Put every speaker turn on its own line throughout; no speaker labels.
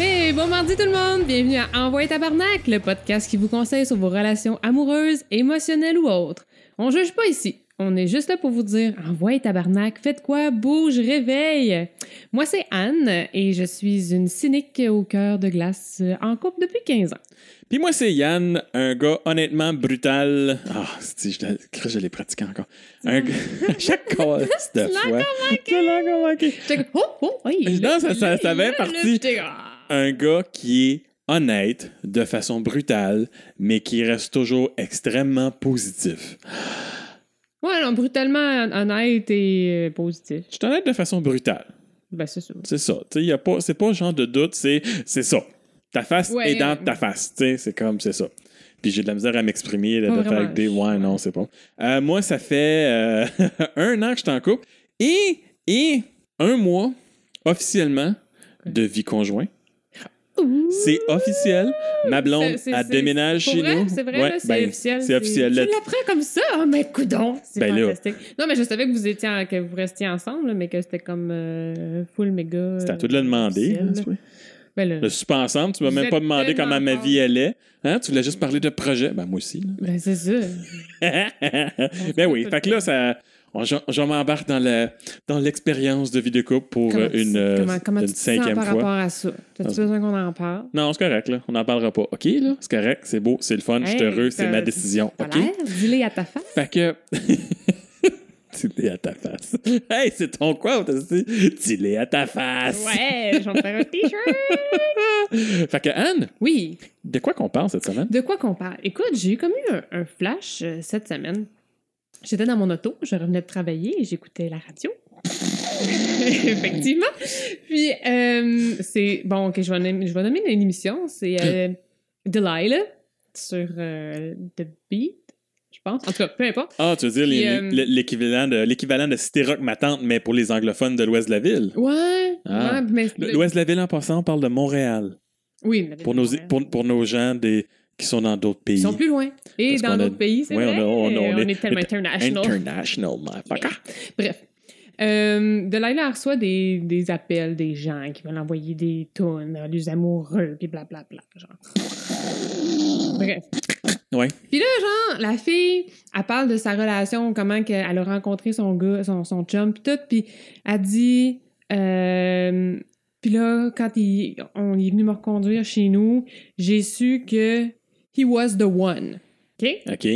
et bon mardi tout le monde! Bienvenue à Envoyer Tabarnak, le podcast qui vous conseille sur vos relations amoureuses, émotionnelles ou autres. On juge pas ici. On est juste là pour vous dire Envoyez Tabarnak, faites quoi, bouge, réveille! Moi, c'est Anne et je suis une cynique au cœur de glace euh, en couple depuis 15 ans.
Puis moi, c'est Yann, un gars honnêtement brutal. Ah, si je, l'ai- Christ, je l'ai pratiqué encore. Un gars- chaque fois de
l'as
fois. Je l'ai encore manqué.
J'étais comme, oh, oh, hey,
Non,
là,
ça- ça-
là,
ça avait
là, là,
parti.
j'étais, ah.
Un gars qui est honnête de façon brutale, mais qui reste toujours extrêmement positif.
Ouais, non, brutalement honnête et euh, positif.
Je suis honnête de façon brutale.
Ben, c'est ça.
C'est ça. Tu sais, y a pas, c'est pas le genre de doute, c'est, c'est ça. Ta face
Ouais,
est dans
ouais.
ta face. Tu sais, c'est comme, c'est ça. Puis j'ai de la misère à m'exprimer, de,
Pas
de faire
vraiment.
avec des ouais, non, c'est pas. Euh, moi, ça fait euh, un an que je suis en couple et, et un mois officiellement de vie conjoint. C'est officiel. Ma blonde,
C'est- c'est-
elle
c'est-
déménage
pour
chez
vrai,
nous.
C'est vrai,
Ouais,
là, c'est
ben,
officiel.
c'est officiel, là.
Tu l'apprends comme ça? Oh, mais coudon! C'est
Ben là.
fantastique. Non, mais je savais que vous étiez en- que vous restiez ensemble, là, mais que c'était comme euh, full méga.
C'est à toi de le demander.
officiel, là. Ben là.
Le super ensemble, tu m'as
Vous
même pas
êtes
demandé
tellement
comment ma
fort.
vie allait. Hein? Tu voulais juste parler de projet. Ben, moi aussi. là.
Ben, c'est ça.
ben oui, fait que là, ça, on- je, je m'embarque dans le- dans l'expérience de vie de couple pour
Comment
euh,
tu-
une, euh,
comment, comment
une
tu te sens
cinquième
par
fois. Ah.
rapport à ça? T'as-tu
Dans-
besoin qu'on en parle?
Non, c'est correct, là. On n'en parlera pas. OK, là? C'est correct, c'est beau, c'est le fun, je suis
Hey,
heureux, c'est
t'as-
ma décision.
T'as
OK?
l'air? Dis-le à ta femme.
Fait que. Dis-le à ta face. Hey, c'est ton quoi? Dis-le à ta face.
Ouais, j'en faire un t-shirt.
Fait que, Anne,
Oui.
de quoi qu'on parle cette semaine?
De quoi qu'on parle? Écoute, j'ai eu comme eu un, un flash euh, cette semaine. J'étais dans mon auto, je revenais de travailler et j'écoutais la radio. Effectivement. Puis, euh, c'est. Bon, OK, je vais, nommer- je vais nommer une émission. C'est euh, Delilah sur euh, The Beat, je pense. En tout cas, peu importe.
Ah, tu veux dire les-
Puis, euh,
l'équivalent de l'équivalent de Cité Rock, ma tante, mais pour les anglophones de l'Ouest de la ville.
Ouais.
Ah.
ouais, mais.
L'Ouest de la ville, en passant, on parle de Montréal.
oui, mais-
pour nos, pour, pour nos gens des, qui sont dans d'autres pays.
Ils sont plus loin. Et
Parce
dans
qu'on a-
d'autres pays, c'est
Ouais, on
vrai.
a- on a- on
on
est-
est tellement international.
International, motherfucker.
Bref. Euh, Delilah reçoit des, des appels des gens qui veulent envoyer des tonnes à leurs amoureux, puis blablabla. Genre. Bref.
Ouais.
Puis là, genre, la fille, elle parle de sa relation, comment qu'elle elle a rencontré son gars, son, son chum, puis tout, puis elle dit. euh, puis là, quand il, on il est venu me reconduire chez nous, j'ai su que he was the one. OK?
OK.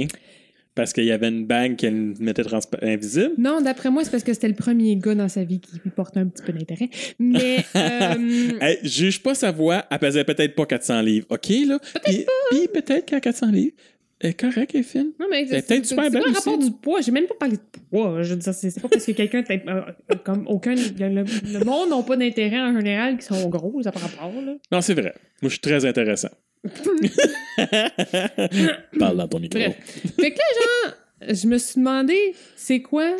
Parce qu'il y avait une bague qu'elle mettait transpa- invisible.
Non, d'après moi, c'est parce que c'était le premier gars dans sa vie qui lui portait un petit peu d'intérêt. Mais euh,
Hey, juge pas sa voix, elle pesait peut-être pas 400 livres. OK, là? Peut-être pas. Puis peut-être qu'à 400 livres, elle est correcte, elle est fine.
non, mais
Ben, peut-être
c'est-
super
c'est pas
belle
le rapport
aussi.
du poids. J'ai même pas parlé de poids. Je veux dire, c'est c'est pas parce que quelqu'un t'a- euh, euh, comme aucun le, le monde n'a pas d'intérêt en général qui sont gros, ça par rapport là.
Non, c'est vrai. Moi, je suis très intéressant. Parle dans ton micro.
Bref. Fait que là, genre, je me suis demandé, c'est quoi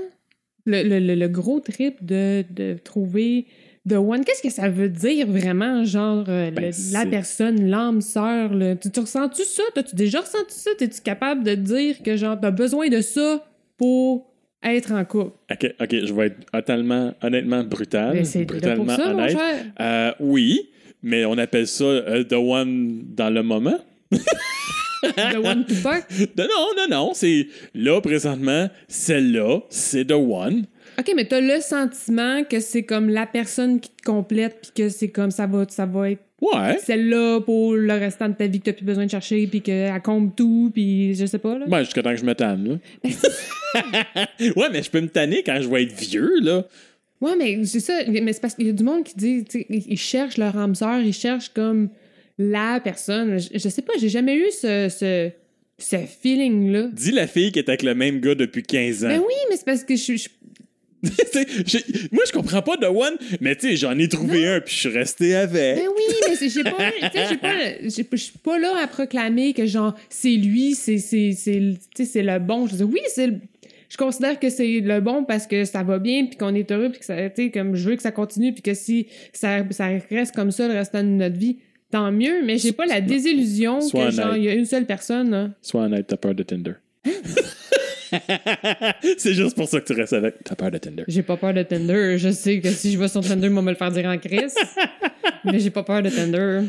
le, le- le- le gros trip de, de trouver The One? Qu'est-ce que ça veut dire vraiment, genre, euh, le-
Ben, c'est-
la personne, l'âme sœur? là? Tu, tu ressens-tu ça? T'as-tu déjà ressenti ça? Es-tu capable de dire que, genre, t'as besoin de ça pour être en couple?
OK, OK, je vais être totalement, honnêtement brutal.
Ben, c'est là pour
brutalement
ça, mon
Ah, honnête.
cher.
Euh, oui, mais on appelle ça euh, The One dans le moment.
The One to fuck.
Non, non, non, non. C'est là, présentement, celle-là, c'est The One.
OK, mais t'as le sentiment que c'est comme la personne qui te complète puis que c'est comme ça va, ça va être
Ouais.
celle-là pour le restant de ta vie que t'as plus besoin de chercher, puis qu'elle comble tout, puis je sais pas, là.
Ben, jusqu'à temps que je me tanne, là. ouais, mais je peux me tanner quand je vais être vieux, là.
Ouais, mais c'est ça, mais c'est parce qu'il y a du monde qui dit, tu sais, ils ils cherchent leur âme sœur, ils cherchent comme la personne. Je, je sais pas, j'ai jamais eu ce, ce, ce feeling-là.
Dis la fille qui est avec le même gars depuis 15 ans.
Ben oui, mais c'est parce que je suis. je-
Tu sais, j'ai- Moi, je comprends pas The One, mais tu sais, j'en ai trouvé un, puis je suis resté avec.
Ben oui, mais c'est- j'ai pas. Tu sais, j'ai pas. j'ai pas- Je suis pas là à proclamer que, genre, c'est lui, c'est c'est- c'est le- tu sais, c'est le bon. Je dis, oui, c'est le- Je considère que c'est le bon parce que ça va bien, puis qu'on est heureux, puis que ça, tu sais, comme je veux que ça continue, puis que si ça, ça reste comme ça le restant de notre vie, tant mieux. Mais j'ai pas la désillusion
Sois
que genre
honnête.
il y a une seule personne. hein.
Sois honnête, t'as peur de Tinder. c'est juste pour ça que tu restes avec. T'as peur de Tinder.
J'ai pas peur de Tinder. Je sais que si je vais sur Tinder, moi, me le faire dire en crise. mais j'ai pas peur de Tinder.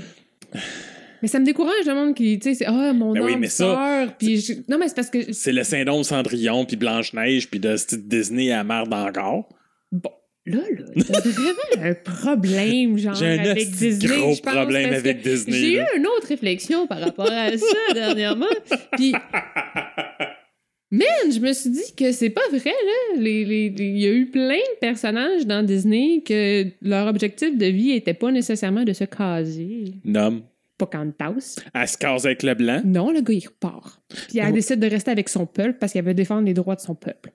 Mais ça me décourage, le monde qui, tu sais, c'est Ah, mon
Ben
âme
oui, mais ça,
sort. Puis je- Non, mais c'est parce que.
C'est le syndrome Cendrillon, puis Blanche-Neige, puis de ce petit Disney à marde encore.
Bon, là, là, t'as vraiment un problème, genre,
J'ai un
avec
esti
Disney.
gros
je pense,
problème
parce que
avec Disney.
J'ai eu
là.
une autre réflexion par rapport à ça dernièrement. Puis. Man, je me suis dit que c'est pas vrai, là. Les- les- les- Il y a eu plein de personnages dans Disney que leur objectif de vie était pas nécessairement de se caser.
Nomme.
Pas Cantaus.
Elle se case avec le blanc.
Non, le gars, il repart. Puis elle
Oh.
décide de rester avec son peuple parce qu'elle veut défendre les droits de son peuple.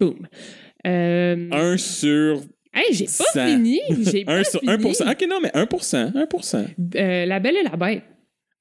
Boum. Euh,
Un sur.
hey, j'ai pas
cent.
fini. J'ai
Un
pas
sur
fini.
1%. Ok, non, mais 1%. 1%.
Euh, la belle et la bête.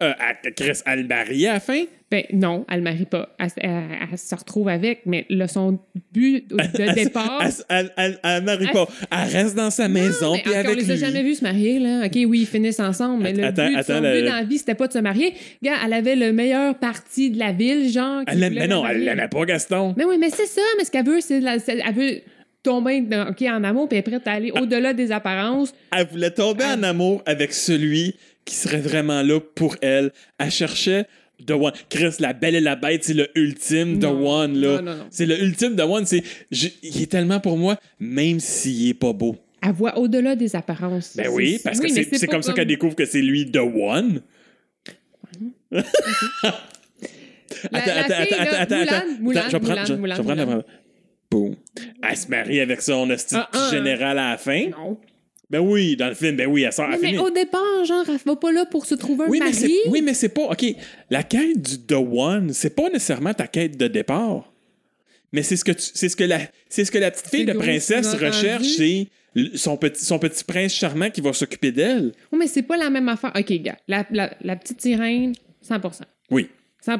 Euh, elle- Chris, elle le marie à la fin.
Ben non, elle ne marie pas. Elle, elle- elle se retrouve avec, mais le, son but de départ.
Elle, elle, elle- elle marie pas. Elle reste dans sa
Ah,
maison,
Mais
puis
encore, on
avec
les
lui.
a jamais vus se marier, là. OK, oui, ils finissent ensemble, mais le
Attends,
but,
attends,
son
la-
but dans la vie, c'était pas de se marier. Gars, elle avait le meilleur parti de la ville, genre. qui
Elle l'aime-
voulait
mais non,
la
elle
marier.
l'aimait pas, Gaston.
Mais oui, mais c'est ça, mais ce qu'elle veut, c'est. de la- c'est- Elle veut tomber dans- ok, en amour, puis elle est prête à
Ah.
aller au-delà des apparences.
Elle voulait tomber
Ah.
en amour avec celui qui serait vraiment là pour elle. Elle cherchait The One. Chris, la belle et la bête, c'est le ultime The
Non,
One, là.
Non, non, non.
C'est le ultime The One, c'est. je- Il est tellement pour moi, même s'il est pas beau.
Elle voit au-delà des apparences.
Ben oui, parce que
mais
c'est c'est
pas
comme, ça qu'elle découvre que c'est lui The One.
La-
Attends,
la
attends,
fille,
attends,
là,
attends,
Moulin,
attends.
Moulin,
Attends, je vais prendre-
Moulin,
je- je vais
Moulin,
prendre la
Moulin.
Boum. Elle se marie avec son hostie
Ah, ah.
général à la fin.
Non.
Ben oui, dans le film, ben oui, elle sort.
Mais,
elle
mais
finit.
au départ, genre, elle va pas là pour se trouver un
oui, mais
mari.
c'est, oui, mais c'est pas. OK, la quête du The One, c'est pas nécessairement ta quête de départ. Mais c'est ce que, tu- c'est ce que, la, c'est ce que la petite fille de
gros
princesse
sous-entendu.
recherche, c'est l- son petit, son petit prince charmant qui va s'occuper d'elle.
Oui, Oh, mais c'est pas la même affaire. OK, gars, la, la, la petite sirène, 100
Oui.
100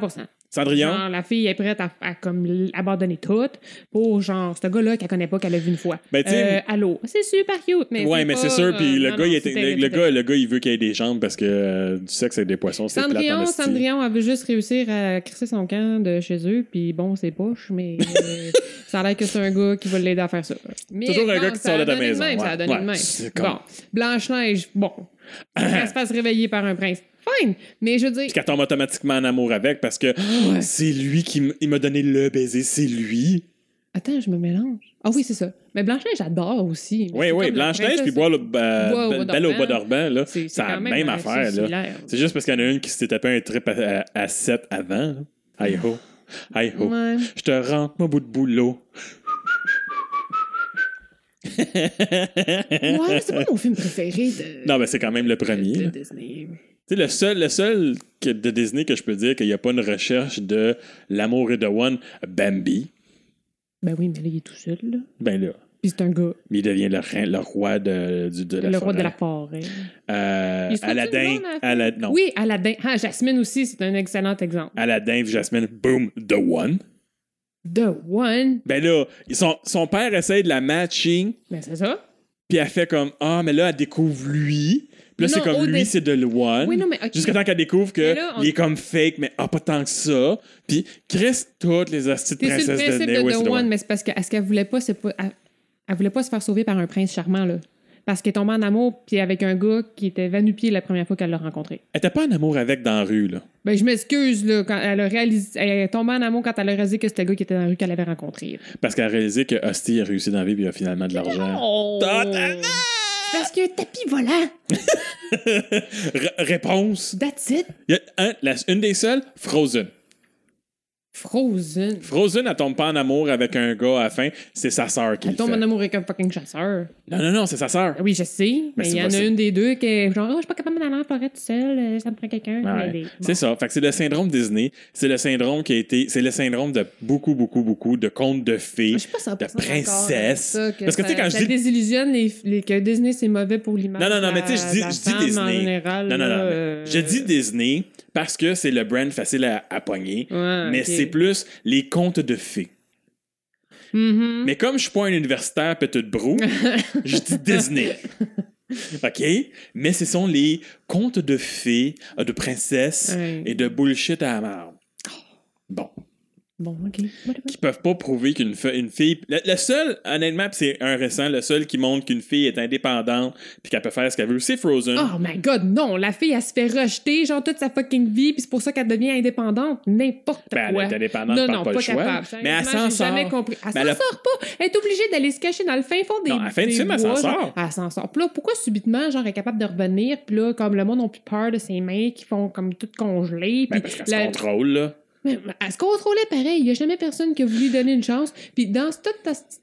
Cendrillon?
Genre, la fille est prête à, à comme l- abandonner tout pour, genre, ce gars-là qu'elle connaît pas, qu'elle a vu une fois.
Ben, tu sais-
Euh, allô, c'est super cute, mais.
ouais, mais c'est sûr.
pas,
Puis
euh,
le,
non,
gars,
non,
il
c'est
était- le,
terrible,
le
c'est
gars, le gars, il veut qu'il y ait des jambes parce que euh, du sexe avec des poissons, c'est plate en
Cendrillon,
esti.
Cendrillon, elle veut juste réussir à crisser son camp de chez eux, puis bon, c'est poche, mais euh, ça a l'air que c'est un gars qui va l'aider à faire ça. Mais
Toujours un
non,
gars qui
ça
sort de
a
ta
donné
maison,
de Même, Ça a
ouais.
donné de
Ouais,
même.
c'est comme-
Bon, Blanche-Neige, bon. Elle se fasse réveiller par un prince. Fine, mais je veux dire... oh,
Puis qu'elle tombe automatiquement en amour avec parce que c'est lui qui m- il m'a donné le baiser, c'est lui.
Attends, je me mélange. Ah oui, c'est ça. Mais Blanche-Neige, j'adore aussi. Mais
Oui,
c'est
oui,
comme la
Blanche-Neige puis
princesse-
boire le ba-
Bois au
ba-
bois
Belle au bois
d'Orban.
d'Orban, là,
C'est-
c'est
c'est
la
quand
même,
même, euh,
affaire.
c'est
là.
similaire.
C'est juste parce qu'il y en a une qui s'était tapé un trip à, à, 7 avant. là. Hi ho, hi ho.
Ouais.
Je te rentre mon bout de boulot.
Ouais, c'est pas mon film préféré de,
Non, mais c'est quand même le premier.
de
là.
Disney.
Tu sais, le seul, le seul que- de Disney que je peux dire qu'il n'y a pas une recherche de l'amour et de One, Bambi,
Ben oui, mais là, il est tout seul, là.
ben là,
Puis c'est un gars,
mais il devient le, rein- le roi de, du, de la
le roi
forêt.
de la forêt.
Euh,
Il se trouve une
Aladdin,
blonde à la fin?
Aladdin, non.
Oui, Aladdin. Ah, Jasmine aussi, c'est un excellent exemple.
Aladdin puis Jasmine, boom, The One.
The One,
Ben là, ils sont- son père essaie de la matching,
ben c'est ça.
puis elle fait comme, ah, mais là, elle découvre lui. Puis
Non,
là, c'est comme,
au
lui,
dé-
c'est de The One.
Oui, non, mais ok.
Jusqu'à temps qu'elle découvre que
Mais là, on-
il est comme fake, mais ah, pas tant que ça. Puis Chris, toutes les hosties de
T'es sur
princesses
le
de
principe
Disney,
de
oui, c'est
The One, mais c'est parce que à ce qu'elle voulait pas, c'est pas. Elle, elle voulait pas se faire sauver par un prince charmant, là. Parce qu'elle est tombée en amour, puis avec un gars qui était pied la première fois qu'elle l'a rencontré.
Elle était pas en amour avec dans la rue, là.
Ben, je m'excuse, là, quand elle a réalisé. Elle est tombée en amour quand elle a réalisé que c'était le gars qui était dans la rue qu'elle avait rencontré.
Parce qu'elle a réalisé que Hostie a réussi dans la vie et a finalement de l'argent.
Oh!
Totalement!
Parce qu'il y a un tapis volant.
R- réponse.
That's it.
Il y a un- la- une des seules, Frozen.
Frozen.
Frozen, elle tombe pas en amour avec un gars à la fin. C'est sa sœur qui
Elle
le fait.
tombe en amour avec un fucking chasseur.
Non, non, non, c'est sa sœur.
Ah Oui, je sais. Mais
c'est
il y en a
possible.
une des deux qui est genre, oh, je suis pas capable d'aller en forêt tout seul, euh, ça me prend quelqu'un. qui
Ouais.
m'aide.
C'est ça. Fait que c'est le syndrome Disney. C'est le syndrome qui a été. C'est le syndrome de beaucoup, beaucoup, beaucoup de contes de fées.
Je suis pas 100%
de
d'accord avec
princesse.
ça, que
Parce que, tu sais,
ça-
quand je
ça
dis-
désillusionne les, les- que Disney, c'est mauvais pour l'image.
Non, non, non,
de
mais
la-
tu sais, je dis-
de la
je dis
femme En
Disney.
général,
Non, non,
là,
non.
euh,
Je dis Disney parce que c'est le brand facile à, à pogner.
Ouais,
Mais
Ah, ok.
c'est plus les contes de fées.
Mhm.
Mais comme je suis pas un universitaire petite brou, je dis Disney. OK? Mais ce sont les contes de fées, euh, de princesses
Ouais.
et de bullshit à la marde. Bon.
Bon, OK. Whatever.
qui peuvent pas prouver qu'une fe- une fille. Le, le seul, honnêtement, pis c'est un récent, le seul qui montre qu'une fille est indépendante puis qu'elle peut faire ce qu'elle veut, c'est Frozen.
Oh my god, non! La fille, elle se fait rejeter, genre, toute sa fucking vie, puis c'est pour ça qu'elle devient indépendante. N'importe
Ben, elle
quoi.
est indépendante,
non,
par
non,
pas,
pas,
le choix.
capable.
Mais elle
Sérieusement,
s'en
j'ai jamais
sort.
compris. Elle
Ben,
s'en
elle a-
sort pas. Elle est obligée d'aller se cacher dans le fin fond des.
Non, à la fin du
des
film, elle s'en
bois,
sort.
genre. Elle s'en sort. Puis là, pourquoi subitement, genre, elle est capable de revenir, puis là, comme le monde n'a plus peur de ses mains qui font comme toutes congelées, puis
Ben, parce qu'elle
la-
se contrôle, là.
mais
ben.
elle se contrôlait pareil. Il n'y a jamais personne qui a voulu lui donner une chance. Puis dans ce tout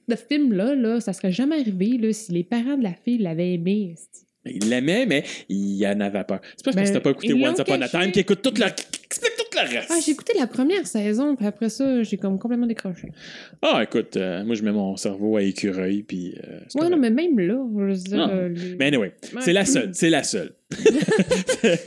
ce film-là, là, ça serait jamais arrivé là, si les parents de la fille l'avaient aimé. esti.
Il l'aimait, mais il en avait peur. C'est parce
Ben,
que si t'as pas écouté
ils
Once
l'ont
Upon a
caché.
Time qui écoute toute la. qui explique toute la reste.
Ah, j'ai écouté la première saison, puis après ça, j'ai comme complètement décroché.
Ah, écoute, euh, moi, je mets mon cerveau à écureuil, puis. euh, c'est
Ouais,
correct.
non, mais même là, je veux dire,
Non,
euh, les-
Mais anyway, c'est la seule, c'est la seule.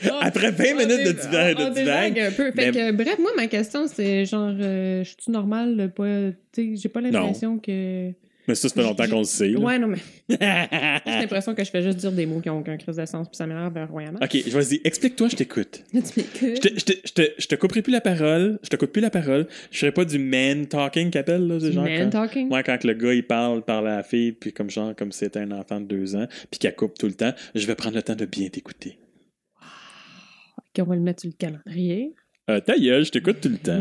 Ah.
Après 20
On
minutes de
dé-
divague,
on
de
dévague
divague.
Ah, un peu. Fait
mais-
que, bref, moi, ma question, c'est genre, euh, je suis normale? Pas, tu sais, j'ai pas l'impression que.
Mais ça, ça fait longtemps qu'on le sait. là. Ah.
Ouais, non, mais j'ai l'impression que je fais juste dire des mots qui ont aucun crise de sens, puis ça m'énerve royalement.
ok, vas-y, explique-toi, je t'écoute.
Tu m'écoutes.
Ah. Je te, je, te, je, te, je te couperai plus la parole, je te coupe plus la parole. Je serai pas du man talking qu'appelle, là, c'est genre.
Man
quand-
talking.
Moi, quand le gars, il parle, parle à la fille, puis comme genre, comme si c'était un enfant de deux ans, puis qu'elle coupe tout le temps, je vais prendre le temps de bien t'écouter.
qu'on va le mettre sur le calendrier.
Euh, ta gueule, je t'écoute tout le temps.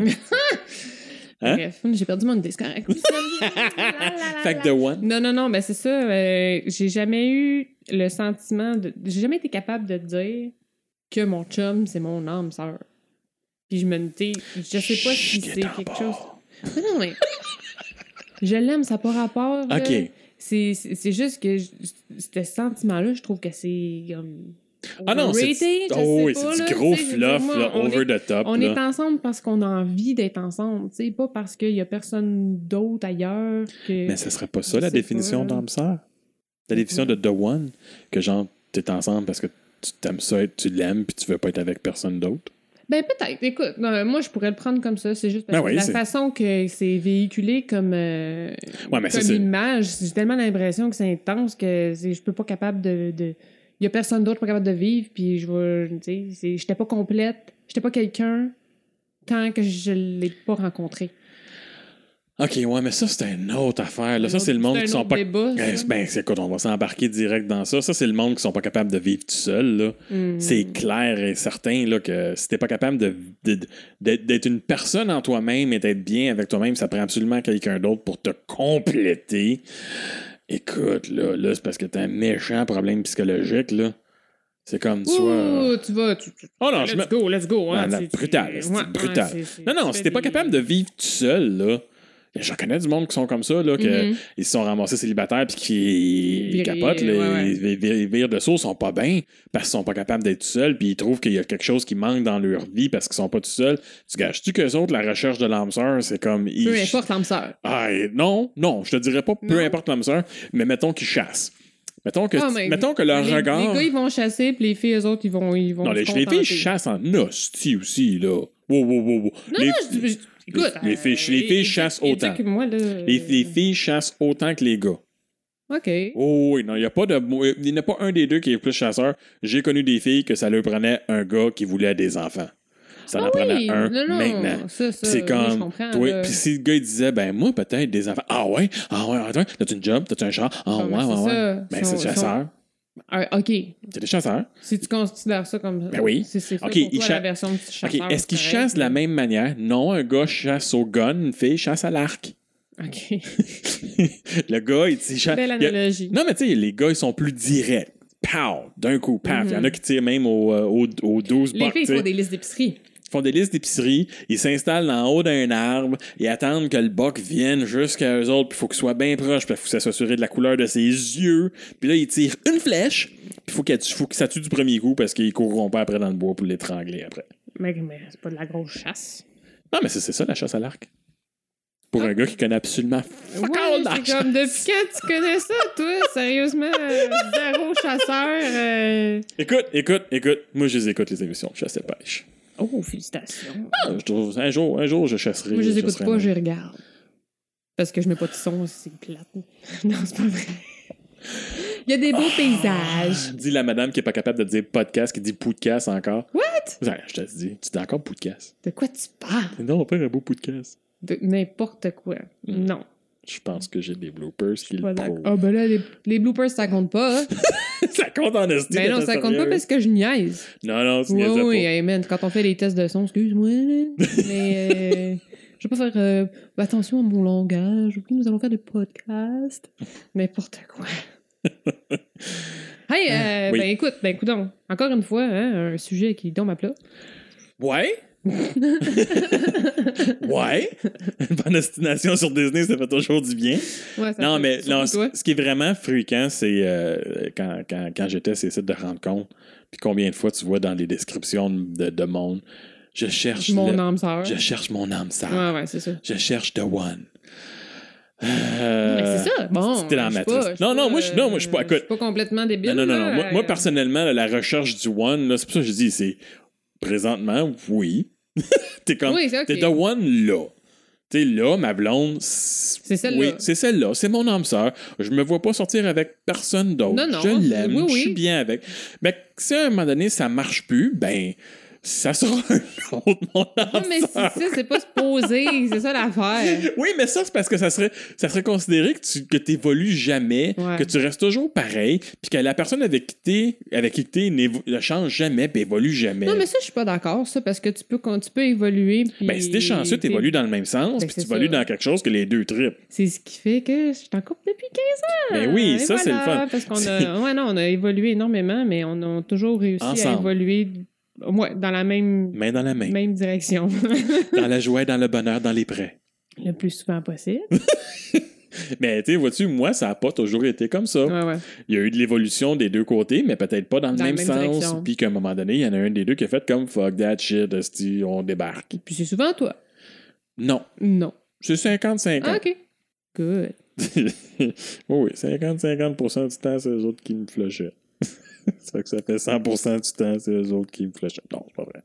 Hein?
Bref, j'ai perdu mon idée, c'est correct.
fait que The One.
Non, non, non, mais c'est ça. euh, j'ai jamais eu le sentiment de. J'ai jamais été capable de dire que mon chum, c'est mon âme sœur. Puis je me dis, je sais pas si
Chut,
c'est
t'es en
quelque
bas.
chose. Non, non, mais. je l'aime, ça n'a pas rapport. là.
Ok.
C'est, c'est c'est juste que je- ce sentiment-là, je trouve que c'est comme.
Ah non, c'est
overrated, je
oh,
sais
oui,
pas,
c'est
là,
du gros
tu sais, je veux
fluff,
dire, moi,
là,
on est-
over the top.
on
là.
est ensemble parce qu'on a envie d'être ensemble, tu sais, pas parce qu'il y a personne d'autre ailleurs que.
Mais ce serait pas ça
Je
la
sais
définition
pas, là.
d'âme sœur. La définition de The One, que genre, t'es ensemble parce que tu t'aimes ça, tu l'aimes, puis tu veux pas être avec personne d'autre.
Ben peut-être. Écoute, non, mais moi je pourrais le prendre comme ça. C'est juste parce
Ben
que
oui,
la
c'est-
façon que c'est véhiculé comme, euh,
Ouais, mais ça,
comme
c'est-
image, j'ai tellement l'impression que c'est intense que c'est- je peux pas capable de. de... Il y a personne d'autre pas capable de vivre, puis je vais. Tu sais, c'est- j'étais pas complète, j'étais pas quelqu'un tant que je l'ai pas rencontré.
Ok, ouais, mais ça, c'est une autre affaire. Là. Ça, c'est le monde
un
qui sont
autre
pas.
débat, ça.
Ben, c'est- ben, c'est- écoute, on va s'embarquer direct dans ça. Ça, c'est le monde qui sont pas capables de vivre tout seul. Là.
Hmm.
C'est clair et certain là, que si t'es pas capable de, de- d'être d'être une personne en toi-même et d'être bien avec toi-même, ça prend absolument quelqu'un d'autre pour te compléter. Écoute, là, là c'est parce que t'as un méchant problème psychologique. là. C'est comme soit.
Ouh, tu vas. Tu, tu-
Oh non,
let's
je me-
go, let's go. hein,
Non, non,
c'est-
brutal,
c'est-
c'est brutal.
c'est- c'est-
Non, non,
tu
si
fais
t'es pas
des-
capable de vivre tout seul, là. J'en connais du monde qui sont comme ça, là, que
Mhm.
ils se sont ramassés célibataires puis qui ils
Virés,
capotent, là,
ouais, ouais.
ils vi- vi- virent de source, ils sont pas bien parce qu'ils sont pas capables d'être tout seuls puis ils trouvent qu'il y a quelque chose qui manque dans leur vie parce qu'ils sont pas tout seuls. Tu gages-tu qu'eux autres, la recherche de l'âme sœur, c'est comme... ils-
Peu importe l'âme sœur.
Ah, et- non, non, je te dirais pas peu
Non.
importe l'âme sœur, mais mettons qu'ils chassent. Mettons que,
Ah, mais-
mettons que leur
les,
regard...
Les gars, ils vont chasser, puis les filles, eux autres, ils vont. Ils vont
non, les,
se
les filles
contenter.
chassent en hostie aussi, là. Wow, wow, wow, wow.
Non,
Les-
non, Ah, je, je- écoute.
les filles- les filles chassent
il- il dit
autant.
que moi, là, euh,
les- les filles chassent autant que les gars.
OK.
Oh oui, non, il n'y a pas de. Il n'y en a pas un des deux qui est plus chasseur. J'ai connu des filles que ça leur prenait un gars qui voulait des enfants. Ça en prenait
Ah Oui,
un
non, non,
maintenant.
Ça,
Puis
ça, oui,
C'est
je
comme.
comprends,
toi-
là.
Puis si le gars il disait, ben moi peut-être des enfants. Ah ouais, ah ouais, attends, t'as-tu une job, t'as-tu un char? Ah
Ah,
ouais,
mais
ouais,
c'est
ouais.
ça,
Ben
son-
c'est chasseur.
Ah, OK.
C'est des chasseurs.
Si tu considères ça comme.
Ben oui.
C'est c'est ça
OK,
pour
ils
toi,
cha-
la version de chasseur.
OK, est-ce qu'ils
correct.
chassent de la même manière? Non, un gars chasse au gun, une fille chasse à l'arc.
OK.
le gars, il dit, chasse.
Belle
il y a-
analogie.
Non, mais tu sais, les gars, ils sont plus directs. Pow! D'un coup, paf! Il y en
Mhm.
a qui tirent même au, euh, au, au 12
Les
bucks,
filles
tu sais.
font des listes d'épicerie.
Ils font des listes d'épicerie, ils s'installent en haut d'un arbre et attendent que le boc vienne jusqu'à eux autres, puis il faut qu'il soit bien proche, puis il faut s'assurer de la couleur de ses yeux. Puis là, ils tirent une flèche, puis il faut, qu'elle tue- faut que ça tue du premier coup parce qu'ils courront pas après dans le bois pour l'étrangler après.
Mais, mais c'est pas de la grosse chasse.
Non, mais c'est c'est ça la chasse à l'arc. Pour
Ah.
un gars qui connaît absolument
Ouais,
fuck all la
c'est
chasse.
comme depuis quand tu connais ça, toi? Sérieusement, euh, zéro chasseur. euh.
Écoute, écoute, écoute, moi je les écoute les émissions de chasse et pêche.
Oh, félicitations.
Ah, je trouve, un jour, un jour, je chasserai.
Moi, je les écoute
chasserai un
pas,
homme.
je les regarde. Parce que je mets pas de son, c'est plate. non, c'est pas vrai. Il y a des beaux paysages.
Dis Ah, la madame qui est pas capable de dire podcast, qui dit podcast encore.
What?
Ouais, je te dis, tu dis encore podcast.
De quoi tu parles?
Non, on fait un beau podcast.
de n'importe quoi.
Mm.
Non.
Je pense que j'ai des bloopers qui le
Pas d'accord.
prouvent.
Ah, ben là, les, les bloopers, ça compte pas. hein.
ça compte en esti.
ben non,
d'être
ça compte pas
sérieux.
parce que je niaise.
Non, non, c'est
Oui,
niaisais
oui,
pas.
hey, man, quand on fait les tests de son, excuse-moi, là, mais euh, je vais pas faire euh, attention à mon langage. Oui, nous allons faire des podcasts. N'importe quoi. hey, euh,
Oui.
ben écoute, ben coudonc, encore une fois, hein, un sujet qui tombe à plat.
Ouais? ouais? Une bonne destination sur Disney, ça fait toujours du bien.
Ouais, ça
Non,
fait-
mais
surtout
non,
toi.
ce ce qui est vraiment fréquent, c'est euh, quand, quand, quand j'étais à ces sites de rencontres, puis combien de fois tu vois dans les descriptions de, de monde, je cherche,
mon
le-
âme sœur.
je cherche mon âme sœur.
Ouais, ouais, c'est ça.
Je cherche The One.
Mais
Euh,
c'est ça. Bon.
c'était dans la
je suis
matrice.
pas- je suis
Non, non,
pas,
moi, je- non, moi, je suis pas-
euh,
écoute.
Je suis pas complètement débile.
Non, non, non, non.
là,
Moi, moi,
euh,
personnellement, là, la recherche du One, là, c'est pour ça que je dis, c'est présentement, oui. T'es comme.
Oui, c'est ok.
T'es The One là. T'es là, ma blonde. C'est
celle-là.
Oui, c'est celle-là. C'est mon âme sœur. Je me vois pas sortir avec personne d'autre.
Non, non,
Je l'aime.
oui, oui.
Je suis bien avec. Mais si à un moment donné, ça marche plus, ben, ça sera un autre, mon
Non,
âme
mais c'est
sœur.
ça, c'est pas se poser. C'est ça l'affaire.
Oui, mais ça, c'est parce que ça serait, ça serait considéré que tu que t'évolues jamais,
Ouais.
que tu restes toujours pareil, puis que la personne avec qui t'es, avec qui t'es n'évo- ne change jamais, puis évolue jamais.
Non, mais ça, je suis pas d'accord, ça, parce que tu peux, con- tu peux évoluer. Puis,
Ben, si t'es chanceux, t'évolues dans le même sens,
Ben,
puis
c'est
tu évolues
ça.
dans quelque chose que les deux tripes.
C'est ce qui fait que je suis en couple depuis 15 ans.
Ben oui,
Ah, Et
ça, c'est le fun.
Parce qu'on
C'est-
a, ouais, non, on a évolué énormément, mais on a toujours réussi à
Ensemble.
évoluer ouais, dans la même,
Main dans la main,
même direction,
dans la joie, dans le bonheur, dans les prêts.
le plus souvent possible.
Mais Ben, tu sais, vois-tu, moi, ça n'a pas toujours été comme ça.
Ouais, ouais.
Il y a eu de l'évolution des deux côtés, mais peut-être pas dans le
Dans la
même,
même
sens.
direction.
Puis qu'à un moment donné, il y en a un des deux qui a fait comme fuck that shit, esti, on débarque.
Et puis c'est souvent toi.
Non,
Non.
c'est 50-50.
Ah, OK. Good.
oui, oui, 50-50% du temps, c'est eux autres qui me flushaient. ça fait que ça fait 100% du temps, c'est eux autres qui me flushaient. Non, c'est pas vrai.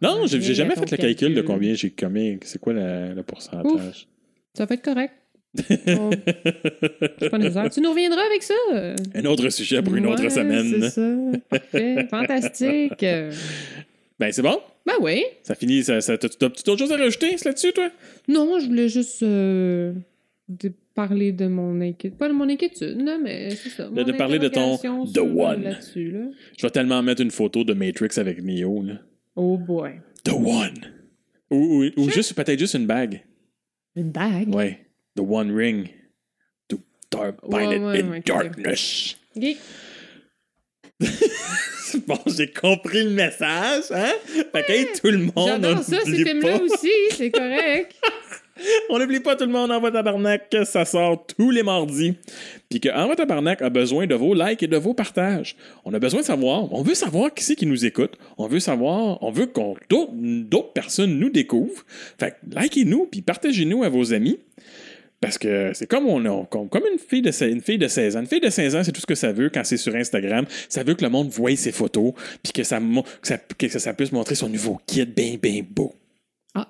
Non, j'ai j'ai jamais fait le calcul de combien j'ai combien. C'est quoi la- le pourcentage?
Ça va être correct. Bon, c'est pas nécessaire. Tu nous reviendras avec ça.
Un autre sujet pour une autre
Ouais,
semaine.
C'est ça. Parfait. Fantastique. Euh,
Ben, c'est bon?
Ben oui.
Ça finit. Ça, ça, T'as-tu t'as-tu d'autres choses à rajouter là-dessus, toi?
Non, je voulais juste euh, de parler de mon inquiétude. Pas de mon inquiétude, là, mais c'est ça.
De- de
Mon
parler de ton
interrogation
The
sur- euh,
One.
Là-dessus, là.
Je vais tellement mettre une photo de Matrix avec Neo. Là.
Oh boy.
The One! Ou, ou- ou
Sure.
juste peut-être juste une bague.
Une bague.
Ouais. The One Ring. To dark bind
Ouais,
it
ouais,
in
ouais, ok.
darkness.
Ok.
Bon, j'ai compris le message, hein? Fait que, hey, tout le monde.
J'adore ça,
n'oublie
ces films-là
pas-
aussi. C'est correct.
On n'oublie pas tout le monde Envoie Tabarnak, que ça sort tous les mardis. Puis que Envoie Tabarnak a besoin de vos likes et de vos partages. On a besoin de savoir, on veut savoir qui c'est qui nous écoute. On veut savoir, on veut qu'on d'autres- d'autres personnes nous découvrent. Fait que likez-nous, puis partagez-nous à vos amis. Parce que c'est comme on a- comme, comme une, fille de, se- une fille de 16 ans. Une fille de 16 ans, c'est tout ce que ça veut quand c'est sur Instagram. Ça veut que le monde voie ses photos, puis que ça, mon- que ça, que ça puisse montrer son nouveau kit bien, bien beau.
Ah.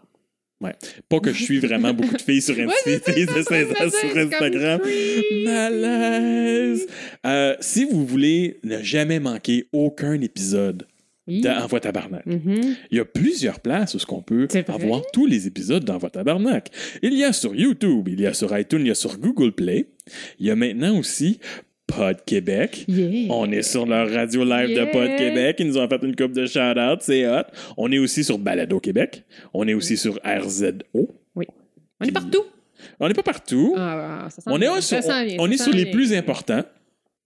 Ouais. Pas que je suis vraiment beaucoup de filles sur Instagram.
Ouais, c'est
filles
ça,
de
c'est
16
ça,
ans
c'est
sur
comme
Instagram.
creepy.
Malaise! Euh, si vous voulez ne jamais manquer aucun épisode
Oui.
d'Envoi Tabarnak,
Mhm.
il y a plusieurs places où ce qu'on peut
C'est vrai?
avoir tous les épisodes d'Envoi Tabarnak. Il y a sur YouTube, il y a sur iTunes, il y a sur Google Play. Il y a maintenant aussi Pod Québec.
Yeah.
On est sur leur radio live
Yeah.
de Pod Québec. Ils nous ont fait une coupe de shout-out. C'est hot. On est aussi sur Balado Québec. On est aussi sur RZO.
On est partout.
On n'est pas partout.
Ah, ah, ça sent
on est,
bien,
sur,
ça sent bien,
on
ça
est
sent
sur les
bien.
plus importants.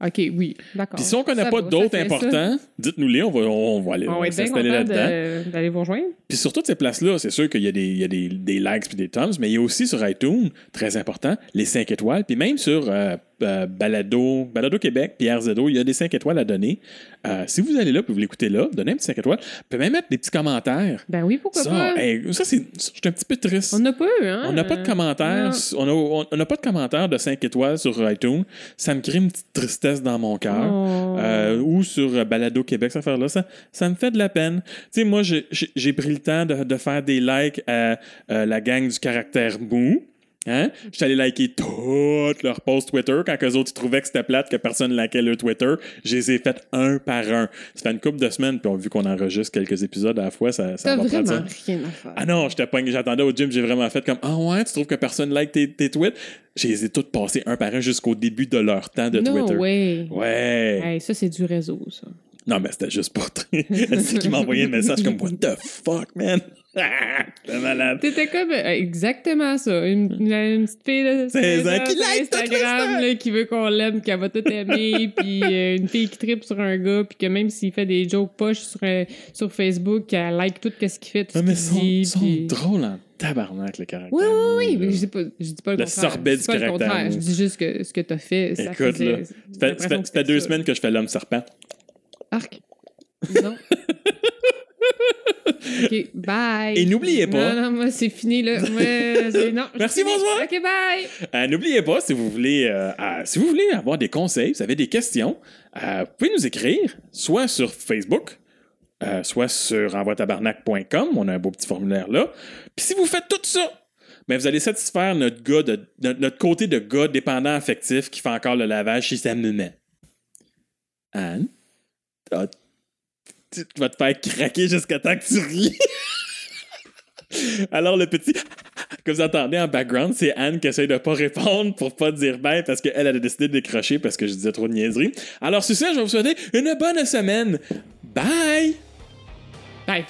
OK, oui. D'accord.
Puis si on
Ça
connaît pas
va, ça
d'autres
fait ça.
importants, dites-nous-les, on va, on va aller Euh, on
On
va
va être bien
s'installer
content
là-dedans.
de- d'aller vous rejoindre.
Puis sur toutes ces places-là, c'est sûr qu'il y a des, il y a des, des likes puis des thumbs, mais il y a aussi sur iTunes, très important, les 5 étoiles. Puis même sur euh, euh, Balado, Balado Québec, puis RZO, il y a des 5 étoiles à donner. Euh, si vous allez là puis vous l'écoutez là, donnez un petit 5 étoiles. Vous pouvez même mettre des petits commentaires.
Ben oui, pourquoi
Ça,
pas?
hey, ça, c'est, ça, je suis un petit peu triste.
On n'a pas eu, hein?
On n'a pas de commentaires.
non.
On n'a on- on n'a pas de commentaires de 5 étoiles sur iTunes. Ça me crée une petite tristesse dans mon cœur.
Oh.
Euh, ou sur euh, Balado Québec, cette affaire-là, ça, ça me fait de la peine. Tu sais, moi, j'ai- j'ai j'ai pris le temps de, de faire des likes à euh, la gang du caractère mou. Hein? J'étais allé liker toutes leurs posts Twitter quand eux autres ils trouvaient que c'était plate, que personne ne likait leur Twitter. Je les ai faites un par un. Ça fait une couple de semaines, puis on, vu qu'on enregistre quelques épisodes à la fois, ça, ça
T'as
va prendre ça.
vraiment rien à faire.
Ah non, j'étais pas- j'attendais au gym, j'ai vraiment fait comme Ah ouais, tu trouves que personne like tes, tes tweets? Je les ai toutes passées un par un jusqu'au début de leur temps de
non,
Twitter.
ouais.
Ouais.
Hey, ça, c'est du réseau, ça.
Non, mais c'était juste pour. C'est qui m'a envoyé un message comme What the fuck, man? Ah, T'es malade.
T'étais comme euh, exactement ça. Une, une- une petite fille de
16 ans qui
sur
like toutes les
Instagram
stars.
là, qui veut qu'on l'aime, qu'elle va tout aimer, puis euh, une fille qui tripe sur un gars, puis que même s'il fait des jokes poches sur, euh, sur Facebook, elle like tout ce qu'il fait, tout
Ah,
ce
mais
qu'il
ils
dit.
sont, sont
puis-
drôles en tabarnak, le caractère.
Oui, oui, oui,
là.
mais je dis pas, je dis pas le,
Le
contraire. Je
sorbet
dis
Mm-hmm. du
pas le
caractère,
contraire.
oui.
Je dis juste que ce que t'as fait, ça
Écoute,
faisait-
là,
j'ai
Ça fait-
l'impression
ça fait,
que
ça fait deux
ça.
semaines que je fais l'homme serpent.
Arc. Non. OK, bye.
Et n'oubliez pas-
Non, non, moi, c'est fini, là. Moi, c'est- non,
Merci,
c'est fini.
bonsoir.
OK, bye.
Euh, N'oubliez pas, si vous voulez euh, euh, si vous voulez avoir des conseils, vous avez des questions, euh, vous pouvez nous écrire, soit sur Facebook, euh, soit sur envoitabarnac.com, on a un beau petit formulaire là. Puis si vous faites tout ça, ben vous allez satisfaire notre, gars de- notre, notre côté de gars dépendant affectif qui fait encore le lavage chez sa maman. Anne, t'as- tu tu vas te faire craquer jusqu'à temps que tu ris. Alors le petit que vous entendez en background, c'est Anne qui essaye de pas répondre pour pas dire bye parce qu'elle elle a décidé de décrocher parce que je disais trop de niaiseries. Alors sur ça, je vais vous souhaiter une bonne semaine. Bye!
Bye.